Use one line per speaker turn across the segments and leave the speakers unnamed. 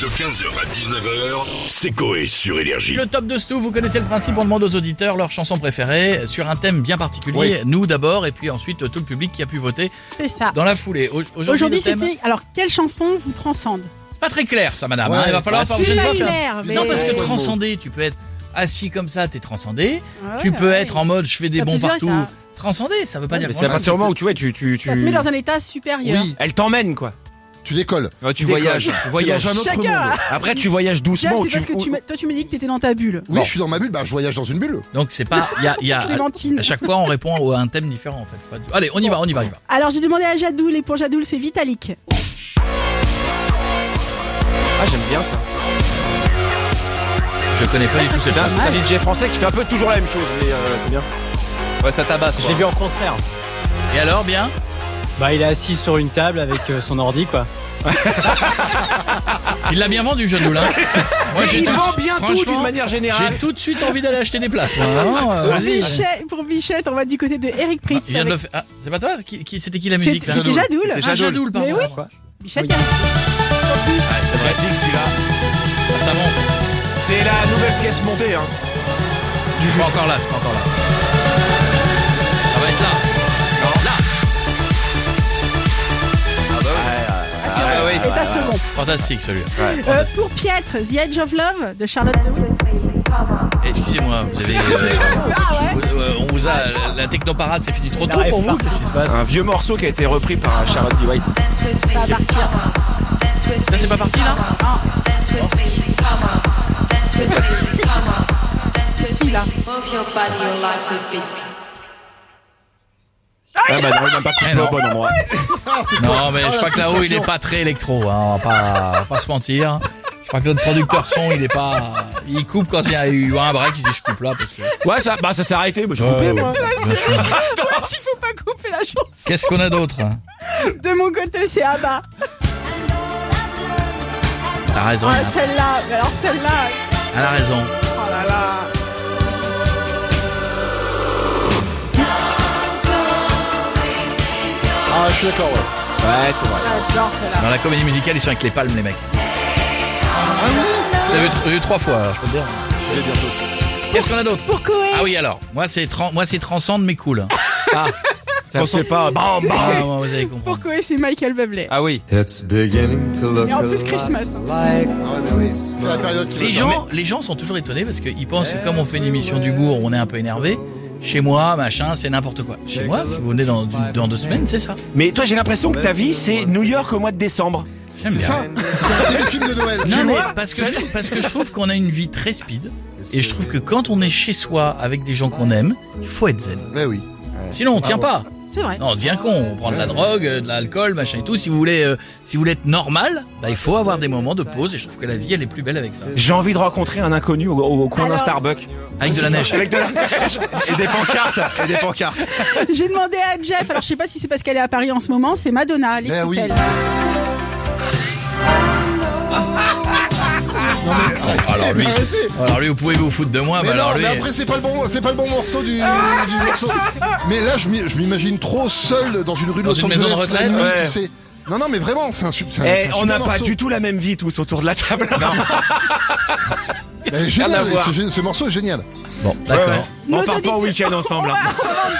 De 15h à 19h, c'est Coé sur Énergie.
Le top de Stu, vous connaissez le principe, on demande aux auditeurs leur chanson préférée sur un thème bien particulier.
Oui.
Nous d'abord, et puis ensuite tout le public qui a pu voter
C'est ça.
dans la foulée. Au-
Aujourd'hui,
le thème-
c'était. Alors, quelle chanson vous transcende
C'est pas très clair ça, madame.
Ouais.
hein. Il va falloir
Bah,
par
si,
prochaine
Celui-là,
fois
il
faire-
erre, mais-
Non, parce que
Ouais.
transcender, tu peux être assis comme ça, t'es transcendé.
Ah Ouais,
tu peux
ouais.
être en mode je fais des
T'as
bons
plusieurs
partout.
états.
Transcender, ça veut pas
Ouais,
dire
Mais c'est à
grand-chose.
partir du moment où tu vois, tu, tu, tu...
Ça te met hein. dans un état supérieur.
Oui,
Elle t'emmène quoi.
tu décolles.
Bah,
tu voyages. Tu
T'es
voyages.
dans un autre
Chacun hein.
monde.
Après tu voyages
Jeff,
doucement.
c'est parce que tu m'as- toi, tu m'as dit que t'étais dans ta bulle.
Oui,
Bon.
je suis dans ma bulle, bah je voyage dans une bulle.
Donc c'est pas. Y a, y a,
Clémentine.
à chaque fois, on répond au- à un thème différent en fait. C'est pas du- Allez, on y va, on y va, on y va.
Alors, j'ai demandé à Jadoul, et pour Jadoul, c'est Vitalik.
Ah j'aime bien ça.
Je connais pas du tout ce
Ah, C'est un,
thème.
c'est un DJ français qui fait un peu toujours la même chose, mais euh, c'est bien.
Ouais, ça tabasse.
Je
quoi.
l'ai vu en concert.
Et alors, bien
Bah, il est assis sur une table avec euh, son ordi, quoi.
Il l'a bien vendu, Jadoul. hein. Moi, j'ai
il
tout-
vend bien tout
franchement,
d'une manière générale.
J'ai tout de suite envie d'aller acheter des places. moi, hein, euh,
Pour
vas-y.
Bichette, pour Bichette, on va du côté de Eric
Ah,
Pritz.
il vient de le
avec-
faire. Ah, c'est pas toi qui, qui- C'était qui la
C'est-
musique là
C'était Jadoul.
Ah, Jadoul, pardon.
Mais oui.
Quoi
Bichette,
Oui.
hein. il y a- En plus,
C'est classique celui-là.
Ah, ça monte.
C'est la nouvelle pièce montée. Hein.
C'est pas encore là, c'est pas encore là. Ça va être là.
ah, c'est vrai,
oui.
état second.
Fantastique celui-là.
Euh, Pour Pietre, The Edge of Love de Charlotte de
Eh, Excusez-moi, vous avez. euh,
Ah ouais
euh, on vous a. la- La technoparade, c'est fini trop tôt pour vous. Qu'est-ce qui se passe
Un vieux morceau qui a été repris par Charlotte D. White.
Ça va partir.
Là, c'est pas parti là
Si, là.
Ah bah non, il n'a pas coupé
non.
au bon endroit.
Ah, c'est
Non, mais
Ah,
je
la
crois que là-haut, il
frustration.
est pas très électro. Hein, on, va pas, on va pas se mentir. Je crois que notre producteur son, il est pas. Il coupe quand il y a eu un break, il dit je coupe là. Parce que...
Ouais, ça, bah, ça s'est arrêté. Moi, j'ai coupé, moi.
Parce qu'il faut pas couper la chanson.
Qu'est-ce qu'on a d'autre
De mon côté, c'est Abba.
T'as raison.
Ah, celle-là, mais alors celle-là.
Elle a raison.
Oh là là.
Ah, je suis d'accord, ouais.
Ouais, c'est vrai.
J'adore celle-là.
Dans la comédie musicale, ils sont avec les palmes, les mecs.
Ah oui
Je l'ai vu, j'ai vu trois fois, je peux te dire.
Allez, bientôt.
Qu'est-ce qu'on a d'autre
Pour Koé,
Ah oui, alors, moi c'est tran- moi c'est transcende mais cool.
Ah
Ça ne sait pas. Bam,
bah,
bam.
Ah, moi, vous avez compris.
pour Koé, c'est Michael Bublé.
Ah oui.
Et en plus, Christmas. hein.
Ah ouais, mais oui, c'est la période qui
Les
va
gens, les gens sont toujours étonnés parce qu'ils pensent que comme on fait une émission d'humour, on est un peu énervé. Chez moi, machin, c'est n'importe quoi. Chez moi, si vous venez dans, dans deux semaines, c'est ça.
Mais toi, j'ai l'impression que ta vie, c'est New York au mois de décembre.
J'aime
C'est
bien.
ça C'est un téléfilm de Noël.
Non
Tu
mais
vois
parce que je, trouve- parce que je trouve qu'on a une vie très speed et je trouve que quand on est chez soi avec des gens qu'on aime, il faut être zen.
Mais oui.
Sinon
Ah
on tient pas.
C'est vrai.
Non, on devient con, on prend de la drogue, euh, de l'alcool, machin et tout. Si vous voulez euh, si vous voulez être normal, bah il faut avoir des moments de pause et je trouve que la vie elle est plus belle avec ça.
J'ai envie de rencontrer un inconnu au, au- au coin d'un
Alors-
Starbucks.
Avec de la neige.
Avec de la neige.
Et des pancartes. Et des pancartes.
J'ai demandé à Jeff, alors je sais pas si c'est parce qu'elle est à Paris en ce moment, c'est Madonna, Lift
Eh oui.
Hotel.
Ah, Alors lui,
Arrêtez.
alors lui, vous pouvez vous foutre de moi,
Mais
bah alors
non,
lui.
mais après c'est pas le bon, c'est pas le bon morceau du, du morceau. Mais là, je m'y- je m'imagine trop seul dans une rue de
Dans
Los
une
Angeles
maison de
la
retraite,
nuit,
ouais.
tu sais. Non, non, mais vraiment, c'est un, sub- c'est un,
Eh,
c'est un
on
super
n'a pas
morceau.
du tout la même vie tous autour de la table.
Mais
Rien à
Eh, génial,
voir.
ce, gé- ce morceau est génial.
Bon, d'accord.
Nos
On part pas
auditeurs-
au week-end ensemble. hein.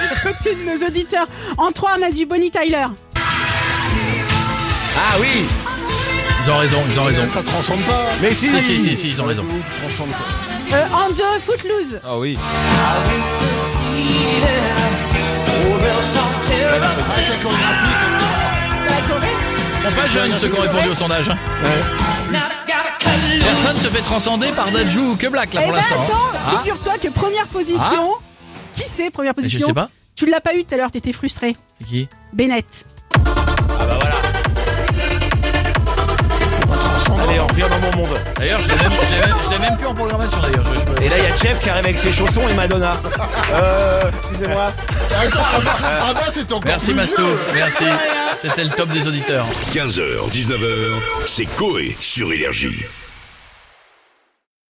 Du côté de nos auditeurs. En 3, on a du Bonnie Tyler.
Ah oui,
Ils ont raison, ils ont raison.
Ça transcende pas.
mais si.
Si, si, si, si, ils ont raison.
Transcende pas.
Euh, en 2, Footloose.
Ah oui.
Avec la chorégraphie.
La Corée.
Ils sont pas jeunes ceux qui ont répondu au sondage. hein. Personne se fait transcender par Dajou ou que Black là
Eh
pour
ben
l'instant.
attends,
hein. Ah,
figure-toi que première position. Qui c'est première
je
position
sais pas.
Tu l'as pas eu tout à l'heure, t'étais frustré.
C'est qui
Bennett.
Allez, on revient dans mon monde.
D'ailleurs, je l'ai même, je l'ai même- je l'ai même plus en programmation d'ailleurs. je- je-
Et là, il y a Jeff qui arrive avec ses chaussons et Madonna. Euh, excusez-moi.
Attends, ah bah, ah bah, c'était encore
Merci
plus vieux.
Mastouf, merci. C'était le top des auditeurs.
15h, 19h, c'est Coé sur Énergie.